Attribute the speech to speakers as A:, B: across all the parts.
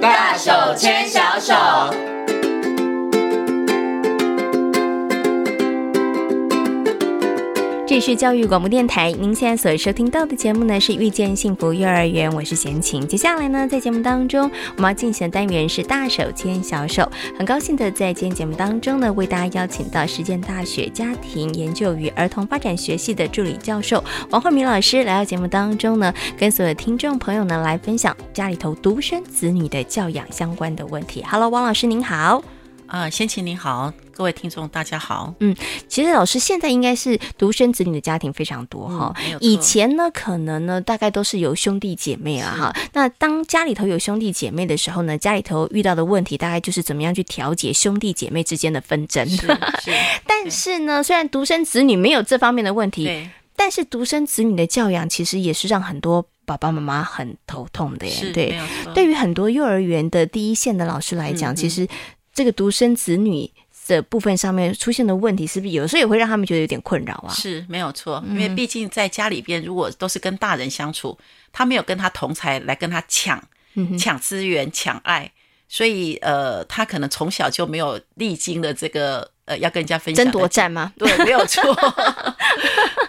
A: 大手牵小手。
B: 这里是教育广播电台，您现在所收听到的节目呢是《遇见幸福幼儿园》，我是贤琴。接下来呢，在节目当中，我们要进行的单元是“大手牵小手”。很高兴的在今天节目当中呢，为大家邀请到实践大学家庭研究与儿童发展学系的助理教授王慧敏老师来到节目当中呢，跟所有听众朋友呢来分享家里头独生子女的教养相关的问题。Hello，王老师您好。
C: 啊，先请您好，各位听众大家好。
B: 其实老师现在应该是独生子女的家庭非常多哈、
C: 嗯没有错
B: 以前呢，可能呢，大概都是有兄弟姐妹啊哈。那当家里头有兄弟姐妹的时候呢，家里头遇到的问题大概就是怎么样去调解兄弟姐妹之间的纷 争。
C: 是是，
B: 但是呢，虽然独生子女没有这方面的问题，
C: 对，
B: 但是独生子女的教养其实也是让很多爸爸妈妈很头痛的耶
C: 是。
B: 对
C: 没，有错。
B: 对于很多幼儿园的第一线的老师来讲，
C: 啊嗯嗯
B: 其实这个独生子女的部分上面出现的问题，是不是有时候也会让他们觉得有点困扰啊？
C: 是没有错，因为毕竟在家里边，如果都是跟大人相处，他没有跟他同才来跟他抢
B: 嗯哼，
C: 抢资源、抢爱，所以呃，他可能从小就没有历经了这个呃要跟人家分享
B: 争
C: 的
B: 夺，战吗？
C: 对，没有错。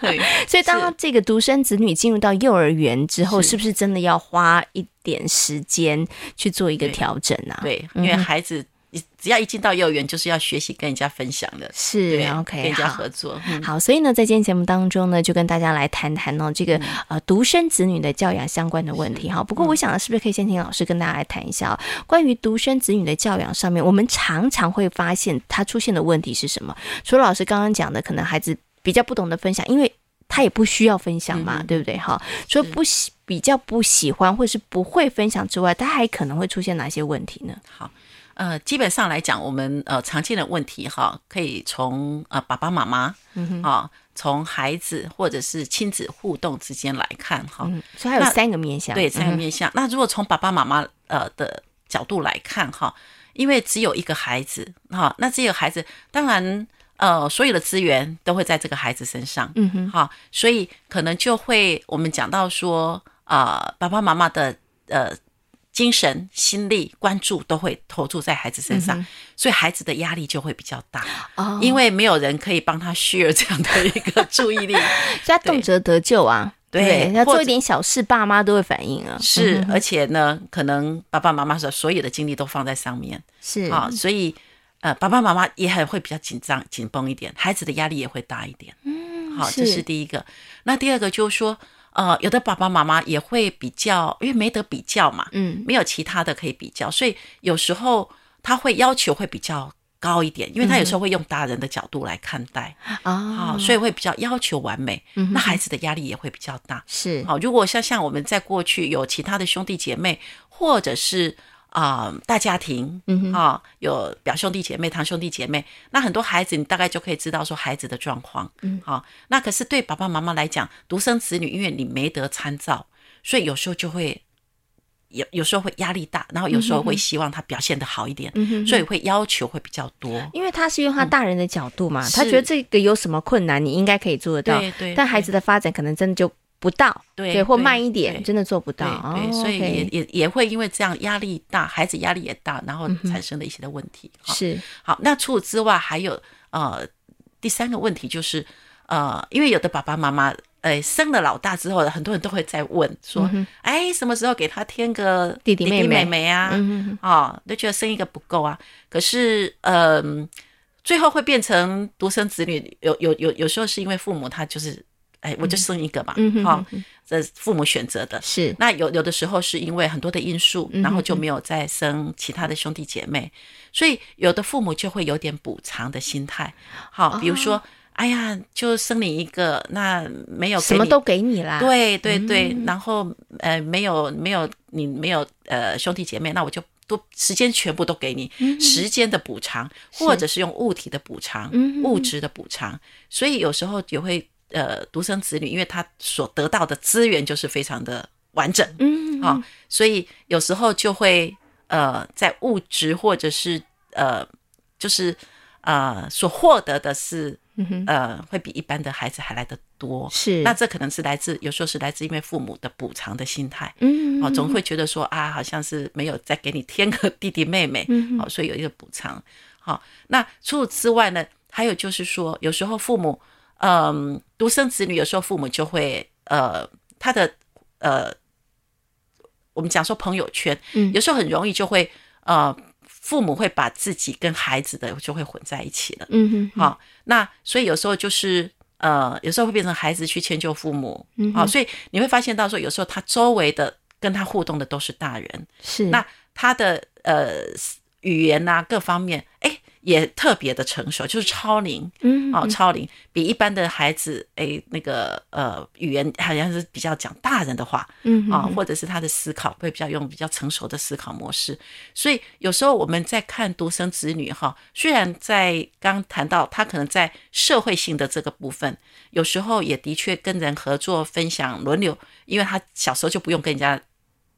C: 对，
B: 所以，当
C: 是
B: 这个独生子女进入到幼儿园之后，
C: 是
B: 是不是真的要花一点时间去做一个
C: 对
B: 调整啊？，
C: 对，因为孩子一只要一进到幼儿园，就是要学习跟人家分享的，
B: 是
C: 对
B: OK，
C: 跟人家
B: 好
C: 合作。嗯
B: 好，所以呢，在今天节目当中呢，就跟大家来谈谈哦，这个呃独生子女的教养相关的问题哈。不过，我想是不是可以先请老师跟大家来谈一下、哦、关于独生子女的教养上面，我们常常会发现他出现的问题是什么？除了老师刚刚讲的，可能孩子比较不懂得分享，因为他也不需要分享嘛，
C: 嗯哼
B: 对不对？哈，除了不喜比较不喜欢或是不会分享之外，他还可能会出现哪些问题呢？
C: 呃，基本上来讲，我们呃常见的问题哈，可以从呃爸爸妈妈，嗯啊，从孩子或者是亲子互动之间来看哈。
B: 嗯，所以还有
C: 那
B: 三个面向，
C: 对，
B: 嗯
C: 三个面向。那如果从爸爸妈妈呃的角度来看哈，因为只有一个孩子哈，那只有孩子，当然呃所有的资源都会在这个孩子身上，
B: 嗯哼，
C: 哈，所以可能就会我们讲到说，呃，爸爸妈妈的呃精神、心力、关注都会投注在孩子身上，所以孩子的压力就会比较大，
B: 嗯哦，
C: 因
B: 为
C: 为没有人可以帮他 share 这样的一个注 意力。
B: 所以他动辄得咎啊。
C: 对
B: 要
C: 或
B: 做
C: 者
B: 一点小事，爸妈都会反应啊。
C: 是，而且呢，可能爸爸妈妈的所有的精力都放在上面
B: 是
C: 啊，所以呃，爸爸妈妈也很会比较紧张、紧绷一点，孩子的压力也会大一点。
B: 嗯
C: 好，这是第一个。那第二个就是说，呃，有的爸爸妈妈也会比较，因为没得比较嘛，
B: 嗯
C: 没有其他的可以比较，所以有时候他会要求会比较高一点，因为
B: 嗯
C: 他有时候会用大人的角度来看待，
B: 啊
C: 好、所以会比较要求完美，
B: 嗯哼
C: 那孩子的压力也会比较大。
B: 是
C: 好，如果像像我们在过去有其他的兄弟姐妹，或者是啊、大家庭，
B: 嗯哼
C: 啊、有表兄弟姐妹、堂兄弟姐妹，那很多孩子你大概就可以知道说孩子的状况，
B: 嗯，
C: 好、那可是对爸爸妈妈来讲，独生子女因为你没得参照，所以有时候就会。有有时候会压力大，然后有时候会希望他表现的好一点，
B: 嗯哼
C: 所以会要求会比较多。
B: 因为他是用他大人的角度嘛，
C: 嗯
B: 他
C: 是
B: 觉得这个有什么困难，你应该可以做得到。
C: 对对
B: 但孩子的发展可能真的就不到，
C: 对
B: 或
C: 对
B: 慢一点，
C: 对
B: 真的做不
C: 对
B: 到。
C: 对，
B: 哦
C: 所以
B: OK
C: 也也也会因为这样压力大，孩子压力也大，然后产生了一些的问题。哈
B: 嗯是
C: 好，那除此之外还有呃第三个问题就是呃，因为有的爸爸妈妈呃生了老大之后，很多人都会在问说，哎、什么时候给他添个
B: 嗯弟弟妹妹
C: 妹啊？
B: 嗯
C: 哦，就觉得生一个不够啊。可是嗯、最后会变成独生子女，有有有有时候是因为父母他就是。哎，我就生一个嘛，
B: 嗯哼
C: 好、这父母选择的，
B: 是
C: 那有有的时候是因为很多的因素，
B: 嗯哼
C: 然后就没有再生其他的兄弟姐妹，所以有的父母就会有点补偿的心态。好，比如
B: 哦
C: 说，哎呀，就生你一个，那没有给
B: 什么
C: 你
B: 都嗯给你啦。
C: 对对对，然后呃没有没有你没有呃兄弟姐妹，那我就都时间全部都给你，
B: 嗯
C: 时间的补偿，或者是用物体的补偿，
B: 嗯
C: 物质的补偿，所以有时候也会呃独生子女，因为他所得到的资源就是非常的完整，
B: 嗯，
C: 啊、所以有时候就会呃，在物质或者是呃，就是呃所获得的是呃，会比一般的孩子还来得多。
B: 嗯是
C: 那这可能是来自有时候是来自因为父母的补偿的心态，
B: 嗯
C: 哦，总会觉得说啊，好像是没有再给你添个 弟弟妹妹，
B: 嗯
C: 哦，所以有一个补偿。好、那除此之外呢，还有就是说，有时候父母，嗯，独生子女，有时候父母就会，呃，他的，呃，我们讲说朋友圈，
B: 嗯
C: 有时候很容易就会，呃，父母会把自己跟孩子的就会混在一起了。
B: 嗯哼，
C: 好、那所以有时候就是呃，有时候会变成孩子去迁就父母，
B: 嗯
C: 好、
B: 哼
C: 所以你会发现到说，有时候他周围的跟他互动的都是大人，
B: 是
C: 那他的呃语言呐、各方面，哎，也特别的成熟，就是超龄。
B: 嗯
C: 哦，超龄比一般的孩子，哎，那个呃，语言好像是比较讲大人的话，
B: 嗯
C: 啊、
B: 哼
C: 或者是他的思考会比较用比较成熟的思考模式。所以有时候我们在看独生子女哈，虽然在刚谈到他可能在社会性的这个部分，有时候也的确跟人合作、分享、轮流，因为他小时候就不用跟人家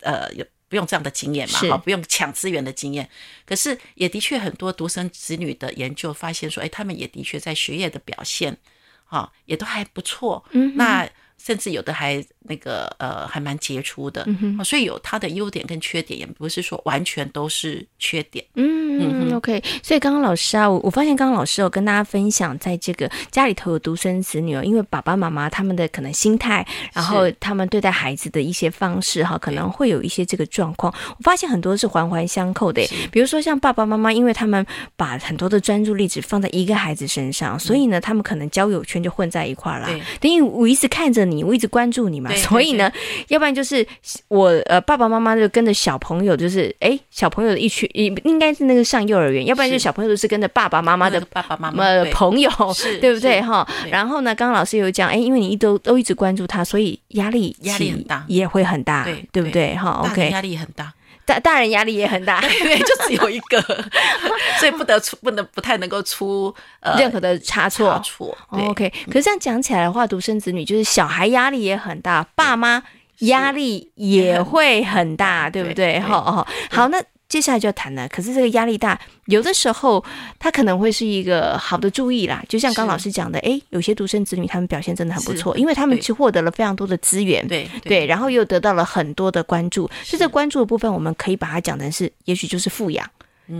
C: 呃有。不用这样的经验嘛，
B: 是
C: 哈，不用抢资源的经验。可是也的确很多独生子女的研究发现说，哎，他们也的确在学业的表现，啊、也都还不错。
B: 嗯哼
C: 那甚至有的还那个呃，还蛮杰出的。
B: 嗯哼
C: 哦所以有他的优点跟缺点，也不是说完全都是缺点。
B: 嗯
C: 嗯
B: 嗯
C: 哼
B: ，OK。所以刚刚老师啊，我我发现刚刚老师有跟大家分享，在这个家里头有独生子女哦，因为爸爸妈妈他们的可能心态，然后他们对待孩子的一些方式哈，可能会有一些这个状况。我发现很多是环环相扣的耶，比如说像爸爸妈妈，因为他们把很多的专注力只放在一个孩子身上，所以呢，他们可能交友圈就混在一块儿啦。
C: 对
B: 等于我一直看着你，我一直关注你嘛，
C: 对对
B: 所以呢，要不然就是我呃爸爸妈妈就跟着小朋友，就是诶，小朋友的一群，应应该是那个上幼儿园，要不然就是
C: 是
B: 小朋友都是跟着爸爸妈妈
C: 那
B: 的
C: 个爸爸妈妈
B: 呃
C: 对
B: 朋友，
C: 是
B: 对不对
C: 是
B: 哈？
C: 对
B: 然后呢，刚刚老师有讲，诶，因为你一都都一直关注他，所以压力
C: 压力
B: 其
C: 很大
B: 也会很大，
C: 对
B: 对不对哈
C: 大人
B: ？OK，
C: 压力很大，
B: 大大人压力也很大，
C: 对，就只有一个， 所以不得出，不能不太能够出 呃
B: 任何的差错。
C: 差错。对，嗯
B: 哦 OK，可是这样讲起来的话，独生子女就是小孩压力也很大，爸妈压力也会很大，对不对？
C: 对
B: 哈哦，好，那接下来就要谈了。可是这个压力大，有的时候它可能会是一个好的注意啦，就像刚
C: 是
B: 老师讲的，诶，有些独生子女他们表现真的很不
C: 是
B: 错，因为他们
C: 对
B: 去获得了非常多的资源，
C: 对
B: 对，然后又得到了很多的关注。所以这关注的部分，我们可以把它讲成是，也许就是富养。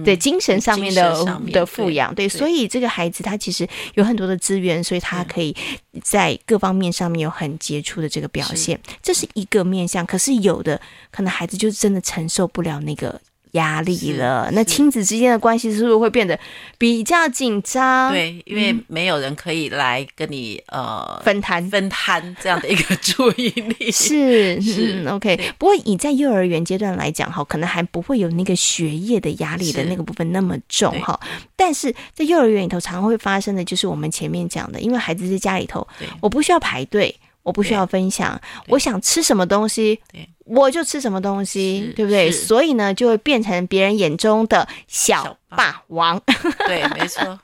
B: 对精神上面的
C: 嗯精神上面
B: 的
C: 对
B: 富养，
C: 对
B: 对，
C: 嗯
B: 所以这个孩子他其实有很多的资源，所以他可以在各方面上面有很杰出的这个表现，这是一个面向。可是有的可能孩子就真的承受不了那个压力
C: 是
B: 了，那
C: 是
B: 亲子之间的关系是不是会变得比较紧张？，
C: 对，因为没有人可以来跟你呃
B: 分摊
C: 嗯分摊这样的一个注意力。
B: 是
C: 是
B: 嗯，OK。不过你在幼儿园阶段来讲哈，可能还不会有那个学业的压力的
C: 是
B: 那个部分那么重
C: 对
B: 哈。但是在幼儿园里头，常常会发生的就是我们前面讲的，因为孩子在家里头
C: 对，
B: 我不需要排队，我不需要分享，
C: 对
B: 我想吃什么东西
C: 对。
B: 我就吃什么东西
C: 是，
B: 对不对？
C: 是
B: 所以呢，就会变成别人眼中的小
C: 小霸
B: 霸王。
C: 对，没错，没错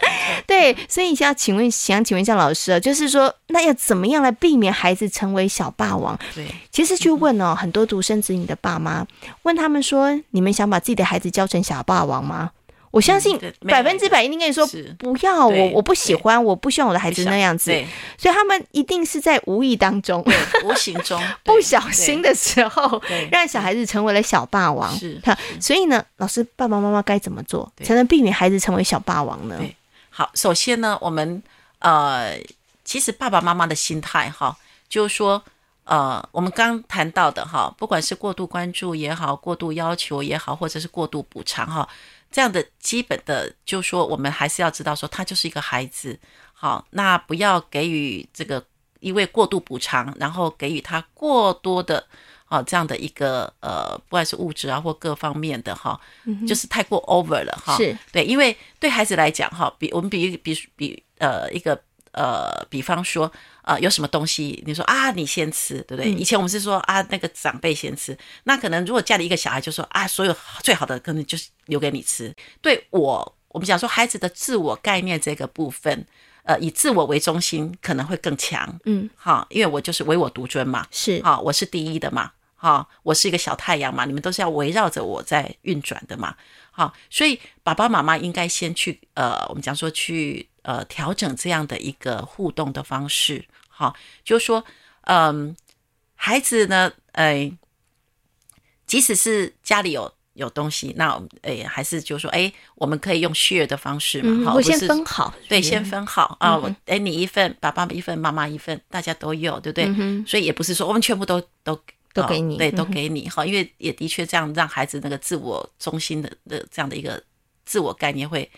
B: 对，所以想要请问，想请问一下老师啊，就是说，那要怎么样来避免孩子成为小霸王？
C: 对。
B: 其实去问哦，很多独生子女的爸妈，问他们说：“你们想把自己的孩子教成小霸王吗？”我相信
C: 嗯对没有
B: 百分之百一定跟你说
C: 是
B: 不要，我
C: 对
B: 我不喜
C: 对
B: 欢，我不希望我的孩子那样子，
C: 对，
B: 所以他们一定是在无意当中。
C: 对 无形中
B: 不小心
C: 的
B: 的时候
C: 对，
B: 让小孩子成为了小霸王。
C: 是
B: 哈，所以呢，老师爸爸妈妈该怎么做
C: 对
B: 才能避免孩子成为小霸王呢？
C: 对好。首先呢，我们呃，其实爸爸妈妈的心态哈，就是说呃，我们刚谈到的哈，不管是过度关注也好，过度要求也好，或者是过度补偿哈，这样的基本的，就是说我们还是要知道说他就是一个孩子，好，那不要给予这个因为过度补偿，然后给予他过多的。好，这样的一个呃，不管是物质啊或各方面的哈，
B: 嗯
C: 就是太过 over 了哈。
B: 是
C: 对，因为对孩子来讲哈，比我们比比比呃一个呃，比方说呃有什么东西，你说啊你先吃，对不对？以前我们是说啊那个长辈先吃，那可能如果家里一个小孩就说啊所有最好的可能就是留给你吃。对我，我们讲说孩子的自我概念这个部分，呃以自我为中心可能会更强，
B: 嗯，
C: 哈，因为我就是唯我独尊嘛，
B: 是，
C: 好、我是第一的嘛，好、我是一个小太阳嘛，你们都是要围绕着我在运转的嘛，好、所以爸爸妈妈应该先去呃，我们讲说去呃调整这样的一个互动的方式。好、就是说，嗯，孩子呢，哎、即使是家里有有东西，那我们哎、还是就说，哎、我们可以用 share 的方式
B: 嗯
C: 嘛，，好、
B: 我
C: 不
B: 先
C: 是
B: 分好，嗯
C: 对，
B: 是
C: 先分好啊，我哎、你一份，爸爸一份，妈妈一份，大家都有，对不
B: 嗯
C: 对？所以也不是说我们全部都都
B: 都
C: 哦
B: 给你
C: 对，都
B: 嗯哼
C: 给你哈、因为也的确这样让孩子那个自我中心的的这样的一个自我概念会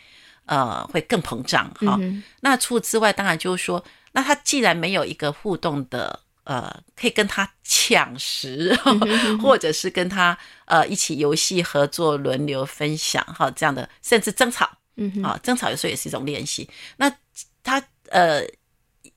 C: 呃会更膨胀哈、
B: 嗯
C: 那除此之外，当然就是说，那他既然没有一个互动的。呃，可以跟他抢食，
B: 嗯
C: 或者是跟他呃一起游戏、合作、轮流分享哈，这样的，甚至争吵，
B: 嗯哼，
C: 啊，争吵有时候也是一种练习。那他呃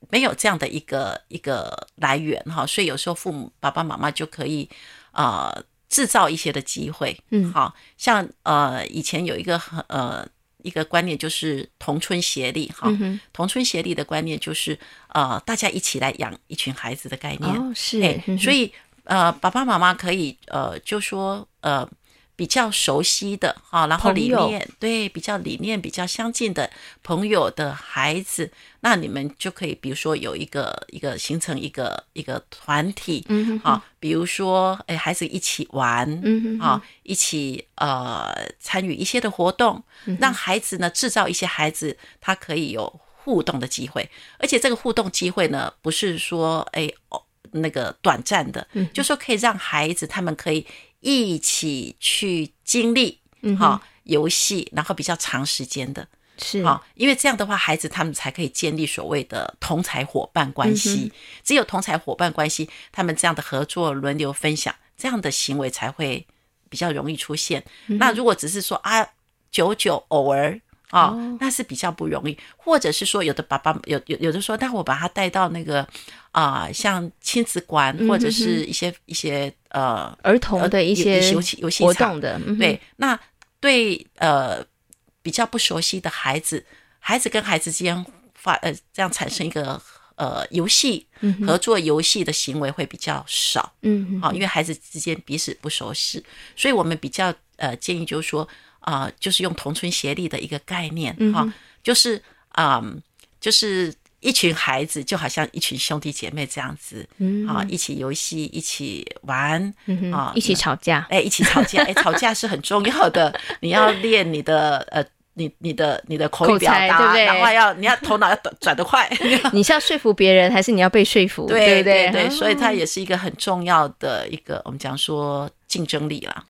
C: 没有这样的一个一个来源哈，所以有时候父母爸爸妈妈就可以呃制造一些的机会，
B: 嗯
C: 好像呃以前有一个很呃一个观念就是同村协力哈，
B: 嗯哼，
C: 同村协力的观念就是呃大家一起来养一群孩子的概念，
B: 哦是
C: 哎，所
B: 以
C: 以呃，爸爸妈妈可以呃，就说呃比较熟悉的哈、然后
B: 朋
C: 理
B: 友
C: 念对比较理念比较相近的朋友的孩子，那你们就可以比如说有一个一个形成一个一个团体，
B: 嗯哼
C: 啊，比如说哎孩子一起玩，
B: 嗯哼
C: 啊，一起呃参与一些的活动，
B: 嗯
C: 让孩子呢制造一些孩子他可以有互动的机会，而且这个互动机会呢，不是说哎哦那个短暂的，
B: 嗯
C: 就说可以让孩子他们可以一起去经历
B: 嗯
C: 哈、游戏，然后比较长时间的，
B: 是
C: 好、因为这样的话，孩子他们才可以建立所谓的同才伙伴
B: 嗯
C: 关系。只有同才伙伴关系，他们这样的合作、轮流分享，这样的行为才会比较容易出现。
B: 嗯
C: 那如果只是说啊，久久偶尔。啊、
B: 哦
C: 那是比较不容易，或者是说，有的爸爸有有有的说，那我把他带到那个啊、像亲子馆
B: 嗯
C: 或者是一些、一些呃
B: 儿童的一些
C: 游戏游戏
B: 活
C: 场
B: 动的，嗯哼
C: 对，那对呃比较不熟悉的孩子，孩子跟孩子之间发呃这样产生一个呃游戏
B: 嗯哼
C: 合作游戏的行为会比较少
B: 嗯
C: 啊、
B: 哼
C: 因为孩子之间彼此不熟悉，所以我们比较呃建议就是说啊、呃就是用同村协力的一个概念
B: 嗯
C: 哈、
B: 哼
C: 就是啊、嗯就是一群孩子就好像一群兄弟姐妹这样子
B: 嗯
C: 啊、一起游戏，一起玩，
B: 嗯哼
C: 啊
B: 一起吵架，
C: 哎，一起吵 架，哎，吵架是很重要的，你要练你的呃。你你的你的口
B: 口
C: 语表
B: 才
C: 达，
B: 对不对
C: 然后要你要头脑要转转得 快，
B: 你是要说服别人，还是你要被说服？不
C: 对
B: 对啊
C: 对，所以它也是一个很重要的一个我们讲说竞争力啦。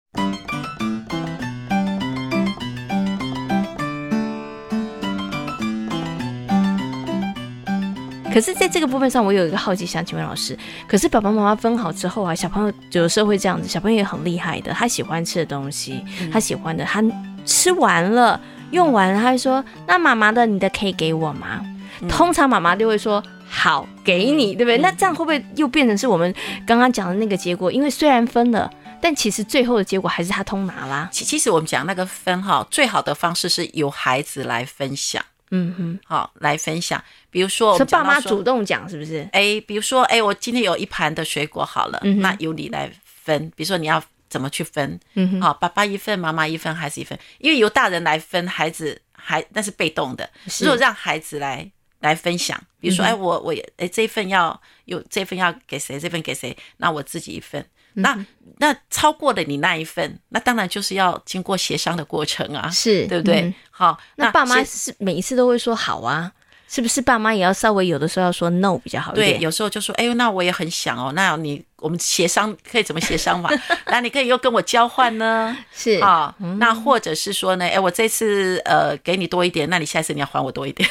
B: 可是，在这个部分上，我有一个好奇，想请问老师，可是爸爸妈妈分好之后啊，小朋友有时候会这样子，小朋友也很厉害的，他喜欢吃的东西，
C: 嗯
B: 他喜欢的，他吃完了、用完了，他会说：“那妈妈的，你的可以给我吗？”
C: 嗯
B: 通常妈妈就会说。好，给你，对不对？那这样会不会又变成是我们刚刚讲的那个结果？因为虽然分了，但其实最后的结果还是他通拿啦。
C: 其其实我们讲那个分哈，最好的方式是由孩子来分享，
B: 嗯哼，
C: 好来分享。比如说我
B: 所
C: 们
B: 以爸
C: 哦讲到
B: 妈
C: 说
B: 主动讲是不是？
C: 哎，比如说，哎，我今天有一盘的水果好了，
B: 嗯哼
C: 那由你来分。比如说你要怎么去分？
B: 嗯哼
C: 好、爸爸一份，妈妈一份，孩子一份。因为由大人来分，孩子还那是被动的。
B: 是
C: 如果让孩子来来分享，比如说，
B: 嗯哼
C: 哎，我我哎这一份要有这份要给谁，这份给谁，那我自己一份。
B: 嗯
C: 那那超过了你那一份，那当然就是要经过协商的过程啊，
B: 是，
C: 对不对？
B: 嗯
C: 好，
B: 那爸妈
C: 协
B: 是每一次都会说好啊，是不是？爸妈也要稍微有的时候要说 no 比较好一
C: 对，
B: 点。
C: 有时候就说，哎呦，那我也很想哦，那你我们协商可以怎么协商 嘛？那你可以又跟我交换呢，
B: 是
C: 啊、那或者是说呢，哎，我这次呃给你多一点，那你下次你要还我多一 点。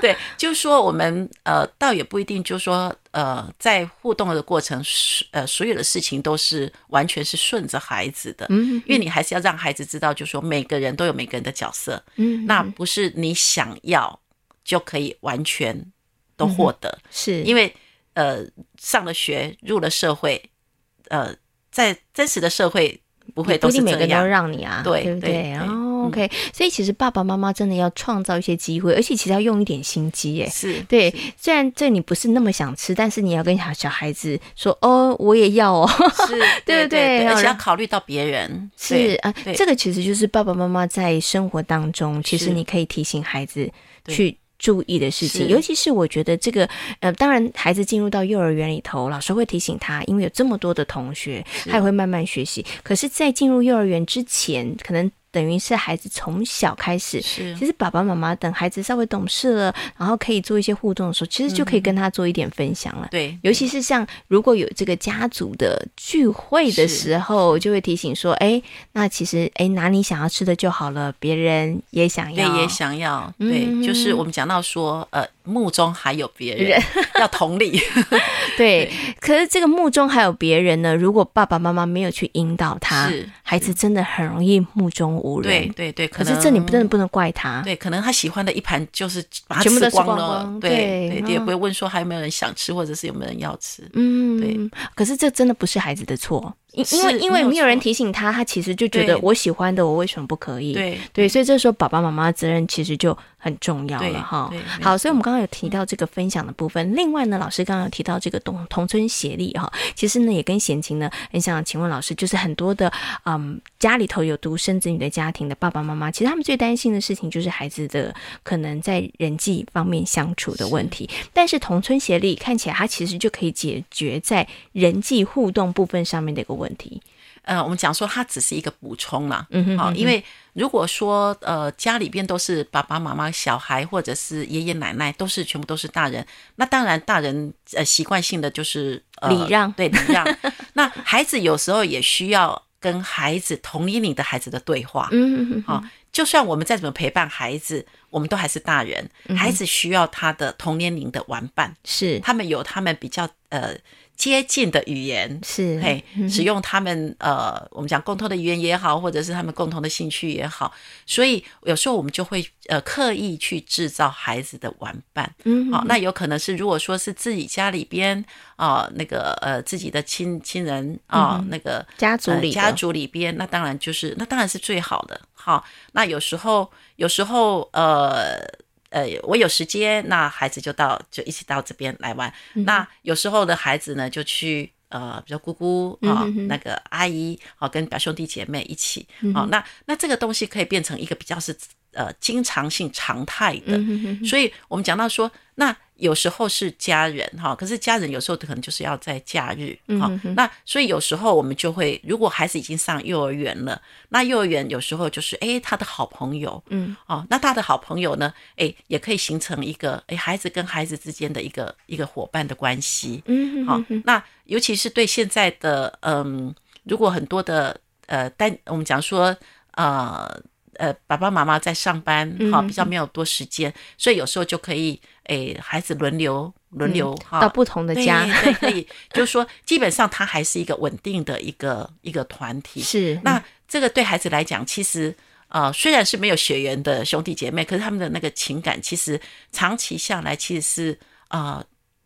C: 对，就是说我们呃倒也不一定，就是说呃在互动的过程，是呃所有的事情都是完全是顺着孩子的，
B: 嗯
C: 因为你还是要让孩子知道，就是说每个人都有每个人的角色，
B: 嗯
C: 那不是你想要就可以完全
B: 嗯
C: 都获得。
B: 是
C: 因
B: 为
C: 为呃，上了学，入了社会，呃，在真实的社会不会
B: 不
C: 都
B: 一
C: 是
B: 定每
C: 这
B: 个人都
C: 样。
B: 让你啊，
C: 对对
B: 不对？
C: 对嗯
B: 哦，OK，所以其实爸爸妈妈真的要创造一些机会，而且其实要用一点心机耶。
C: 是，
B: 对，虽然这你不是那么想吃，但是你要跟小小孩子说哦，我也要哦。
C: 是，
B: 对对
C: 对
B: 对
C: 而且
B: 然
C: 要
B: 后
C: 考虑到别人。
B: 是
C: 对
B: 啊，
C: 对
B: 这个其实就是爸爸妈妈在生活当中，其实
C: 是
B: 你可以提醒孩子，
C: 对
B: 去。注意的事情，
C: 是
B: 尤其是我觉得这个，呃，当然孩子进入到幼儿园里头，老师会提醒他，因为有这么多的同学，他也会慢慢学习。可是，在进入幼儿园之前，可能等于是孩子从小开始，
C: 是
B: 其实爸爸妈妈等孩子稍微懂事了，然后可以做一些互动的时候，其实就
C: 嗯
B: 可以跟他做一点分享了。
C: 对，
B: 尤其是像如果有这个家族的聚会的时候，就会提醒说，哎，那其实哎拿你想要吃的就好了，别人也想
C: 对
B: 要，
C: 也想要，
B: 嗯
C: 对，就是我们讲到说，呃，目中还有别人
B: 人，
C: 要同理，
B: 对。可是这个目中还有别人呢，如果爸爸妈妈没有去引导 他
C: 是，
B: 孩子真的很容易目中无
C: 对
B: 人。
C: 对对，可
B: 可
C: 能
B: 是这你真的不能怪他。
C: 对，可能他喜欢的一盘就是把它
B: 全部都
C: 吃
B: 吃
C: 光
B: 光
C: 了
B: 光，
C: 对
B: 对
C: 对，也
B: 嗯
C: 不会问说还有没有人想吃，或者是有没有人要吃，
B: 嗯，
C: 对。
B: 可是这真的不是孩子的错，因因为
C: 是
B: 因为
C: 没
B: 没
C: 有
B: 有人
C: 错
B: 提醒他，他其实就觉得
C: 对
B: 我喜欢的，我为什么不可以？
C: 对
B: 对，所以这时候爸爸妈妈的责任其实就很重要
C: 对
B: 了哈
C: 对没。嗯
B: 好，所以我们刚刚有提到这个分享的部分。另外呢，老师刚刚有提到这个同同村协力哈，其实呢也跟贤琴呢很想请问老师，就是很多的嗯家里头有独生子女的家庭的爸爸妈妈，其实他们最担心的事情就是孩子的可能在人际方面相处的问题。但是同村协力看起来它其实就可以解决在人际互动部分上面的一个问题。
C: 呃，我们讲说它只是一个补充啦，
B: 嗯哼
C: 好、
B: 嗯
C: 因为如果说呃家里边都是爸爸妈妈、小孩或者是爷爷奶奶，都是全部都是大人，那当然大人呃习惯性的就是、呃、
B: 礼让
C: 对礼让。那孩子有时候也需要跟孩子同理你的孩子的对话，
B: 嗯哼
C: 啊、就算我们再怎么陪伴孩子，我们都还是大人，
B: 嗯
C: 孩子需要他的同年龄的玩伴，
B: 是
C: 他们有他们比较呃接近的语言，
B: 是，
C: 嘿，使用他们呃，我们讲共同的语言也好，或者是他们共同的兴趣也好，所以有时候我们就会呃刻意去制造孩子的玩伴。
B: 嗯
C: 好、那有可能是如果说是自己家里边啊、那个呃自己的亲亲人啊、那个
B: 嗯家族里的
C: 家族里边，那当然就是那当然是最好的。好、那有时候有时候呃呃，我有时间，那孩子就到就一起到这边来玩。
B: 嗯
C: 那有时候的孩子呢，就去。呃，比如姑姑啊、
B: 嗯哼嗯哼
C: 那个阿姨啊、跟表兄弟姐妹一起啊、那那这个东西可以变成一个比较是呃经常性常态的，
B: 嗯哼哼
C: 所以我们讲到说，那有时候是家人哈、可是家人有时候可能就是要在假日哈、那所以有时候我们就会，如果孩子已经上幼儿园了，那幼儿园有时候就是诶，他的好朋友，
B: 嗯，
C: 哦，那他的好朋友呢，诶，也可以形成一个诶，孩子跟孩子之间的一个一个伙伴的关系，
B: 嗯哼
C: 好、
B: 哼哼
C: 啊那尤其是对现在的嗯，如果很多的呃单，我们讲说呃呃爸爸妈妈在上班，
B: 嗯
C: 哈、比较没有多时间，所以有时候就可以诶、孩子轮流轮流哈、
B: 嗯到不同的家，
C: 对对可以，就是说基本上他还是一个稳定的一个 一个团体，
B: 是
C: 那这个对孩子来讲，其实呃，虽然是没有血缘的兄弟姐妹，可是他们的那个情感，其实长期下来，其实是呃，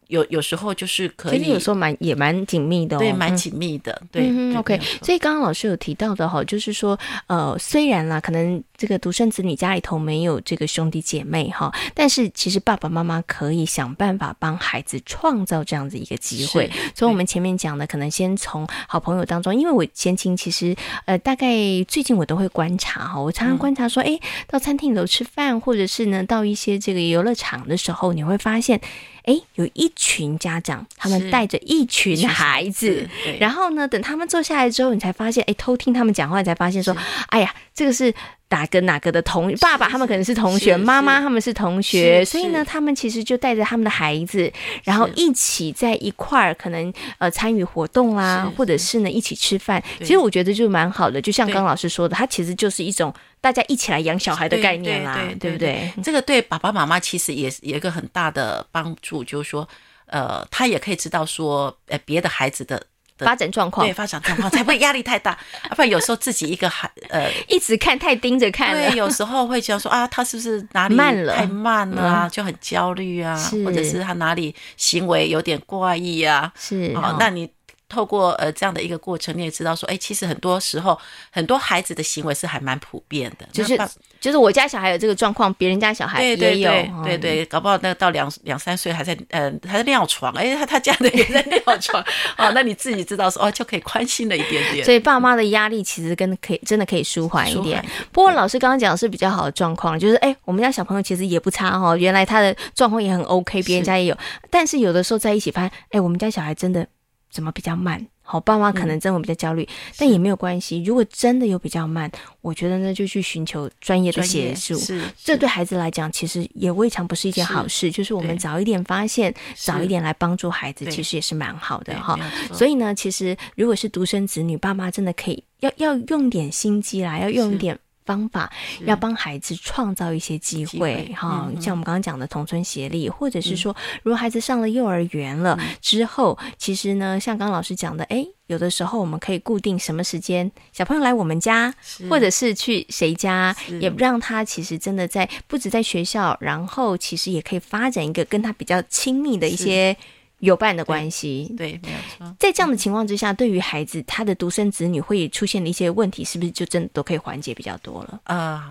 C: 有有时候就是可
B: 其
C: 以，
B: 实有时候蛮也蛮紧密的、哦，
C: 对蛮
B: 嗯
C: 紧密的，对
B: 嗯
C: 对
B: 哼，OK
C: 没有。错
B: 所以刚刚老师有提到的哈，就是说，呃，虽然啦，可能这个独生子女家里头没有这个兄弟姐妹哈，但是其实爸爸妈妈可以想办法帮孩子创造这样子一个机会。
C: 是
B: 所以，我
C: 对
B: 们前面讲的，可能先从好朋友当中，因为我前情其实，呃，大概最近我都会观察哈，我
C: 嗯
B: 常常观察说，诶，到餐厅里头吃饭，或者是呢，到一些这个游乐场的时候，你会发现，诶，有一群家长，他们
C: 是
B: 带着一群
C: 群
B: 孩子，
C: 是对
B: 然后呢，等他们坐下来之后，你才发现，哎，偷听他们讲话，你才发现说
C: 是，
B: 哎呀，这个是哪个哪个的同爸爸，他们可能是同
C: 是
B: 学，妈妈
C: 是
B: 他们是同学，
C: 是
B: 所以呢，
C: 是
B: 他们其实就带着他们的孩子，然后
C: 是
B: 一起在一块儿，可能呃参与活动啦
C: 是，
B: 或者是呢一起吃饭。
C: 对
B: 其实我觉得就蛮好的，就像
C: 对
B: 刚老师说的，它其实就是一种大家一起来养小孩的
C: 对
B: 概念啦，
C: 对
B: 对
C: 对
B: 不
C: 对
B: 对？
C: 这个对爸爸妈妈其实也是有一个很大的帮助，就是说，呃，他也可以知道说，呃，别的孩子的的
B: 发展状况
C: 对，发展状况，才不会压力太 大，要不然有时候自己一个孩呃
B: 一直看太盯着看了
C: 对，，有时候会觉得说啊，他是不是哪里
B: 慢了嗯
C: 太慢了啊，就很焦虑啊
B: 是，
C: 或者是他哪里行为有点怪异啊，
B: 是
C: 哦
B: 哦，
C: 那你透过呃这样的一个过程，你也知道说，哎，其实很多时候很多孩子的行为是还蛮普遍的，
B: 就是
C: 那爸
B: 就是我家小孩有这个状况，别人家小孩也
C: 对
B: 有，
C: 对对
B: 哦
C: 对，对，搞不好那到两两三岁还在呃还在尿床，哎，他他家的也在尿床 哦，那你自己知道说哦就可以宽心了一点点，
B: 所以爸妈的压力其实跟可以真的可以舒缓一
C: 舒
B: 点
C: 缓一。
B: 不过老师刚刚讲的是比较好的状况，就是哎、我们家小朋友其实也不差哦，原来他的状况也很 OK，别人家也有。但是有的时候在一起发现，哎、我们家小孩真的怎么比较慢？好，爸妈可
C: 嗯
B: 能真的比较焦虑，但也没有关系。如果真的有比较慢，我觉得那就去寻求专业的
C: 专
B: 协
C: 业
B: 助。
C: 是
B: 这对孩子来讲，其实也未尝不是一件
C: 是
B: 好事。就是我们
C: 对
B: 早一点发现，早一点来帮助孩子，
C: 对
B: 其实也是蛮好
C: 对
B: 的哈
C: 没。有错
B: 所以呢，其实如果是独生子女，爸妈真的可以要要用点心机啦，要用
C: 是
B: 点方法，要帮孩子创造一些机
C: 机
B: 会
C: 会
B: 哈、
C: 嗯嗯嗯
B: 像我们刚刚讲的同村协力，或者是说，如果孩子上了幼儿园了、之后，其实呢，像刚刚老师讲的，哎，有的时候我们可以固定什么时间，小朋友来我们家，
C: 是
B: 或者是去谁家，
C: 是
B: 也让他其实真的在不止在学校，然后其实也可以发展一个跟他比较亲密的一
C: 是
B: 些友伴的关系。
C: 对没有错。
B: 在这样的情况之下，对于孩子他的独生子女会出现的一些问题，是不是就真的都可以缓解比较多了？
C: 呃，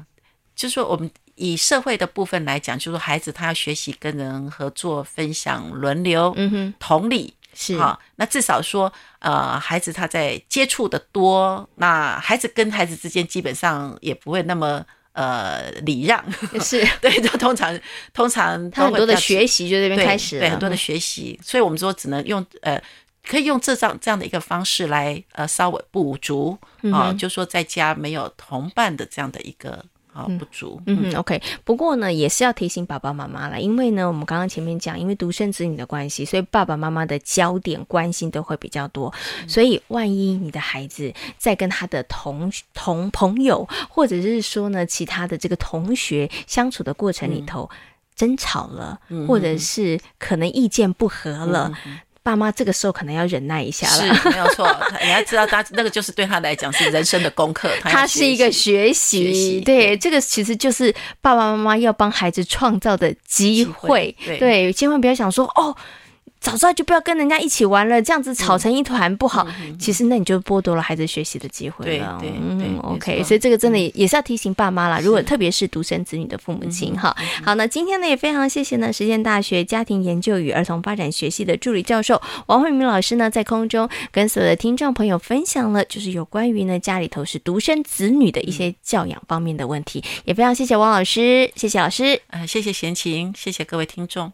C: 就是说我们以社会的部分来讲，就是说孩子他要学习跟人合作、分享、轮流，
B: 嗯哼，
C: 同理。
B: 是
C: 好、那至少说，呃，孩子他在接触的多，那孩子跟孩子之间基本上也不会那么呃礼让，
B: 是
C: 对，就通常通常
B: 他
C: 都
B: 很
C: 会
B: 多的
C: 比较
B: 学习就这边
C: 对
B: 开始嗯
C: 对很多的
B: 学
C: 学习，所以我们说只能用呃，可以用这样这样的一个方式来呃稍微补足
B: 嗯
C: 啊、就说在家没有同伴的这样的一个啊、不足，
B: 嗯哼，OK。不过呢，也是要提醒爸爸妈妈了，因为呢，我们刚刚前面讲，因为独生子女的关系，所以爸爸妈妈的焦点关心都会比较多。所以，万一你的孩子在跟他的同同朋友，或者是说呢，其他的这个同学相处的过程里头。争吵了，或者是可能意见不合了，爸妈这个时候可能要忍耐一下了。
C: 是没有错， 他你要知道他那个就是对他来讲是人生的功 课，他
B: 它
C: 他
B: 是一个学习，
C: 学习
B: 对，这个其实就是爸爸妈妈要帮孩子创造的机会，
C: 机会对
B: 千万不要想说哦。早知道就不要跟人家一起玩了，这样子吵成一团不好。其实那你就剥夺了孩子学习的机会了。
C: 嗯对对对
B: 嗯
C: 没
B: ，OK，
C: 错嗯
B: 所以这个真的也也是要提醒爸妈啦。如果特别是独生子女的父母亲哈，好，那今天呢也非常谢谢呢实践大学家庭研究与儿童发展学系的助理教授王慧明老师呢在空中跟所有的听众朋友分享了，就是有关于呢家里头是独生子女的一些教养方面的问题，也非常谢谢王老师，谢谢老师。
C: 呃，谢谢贤琴，谢谢各位听众。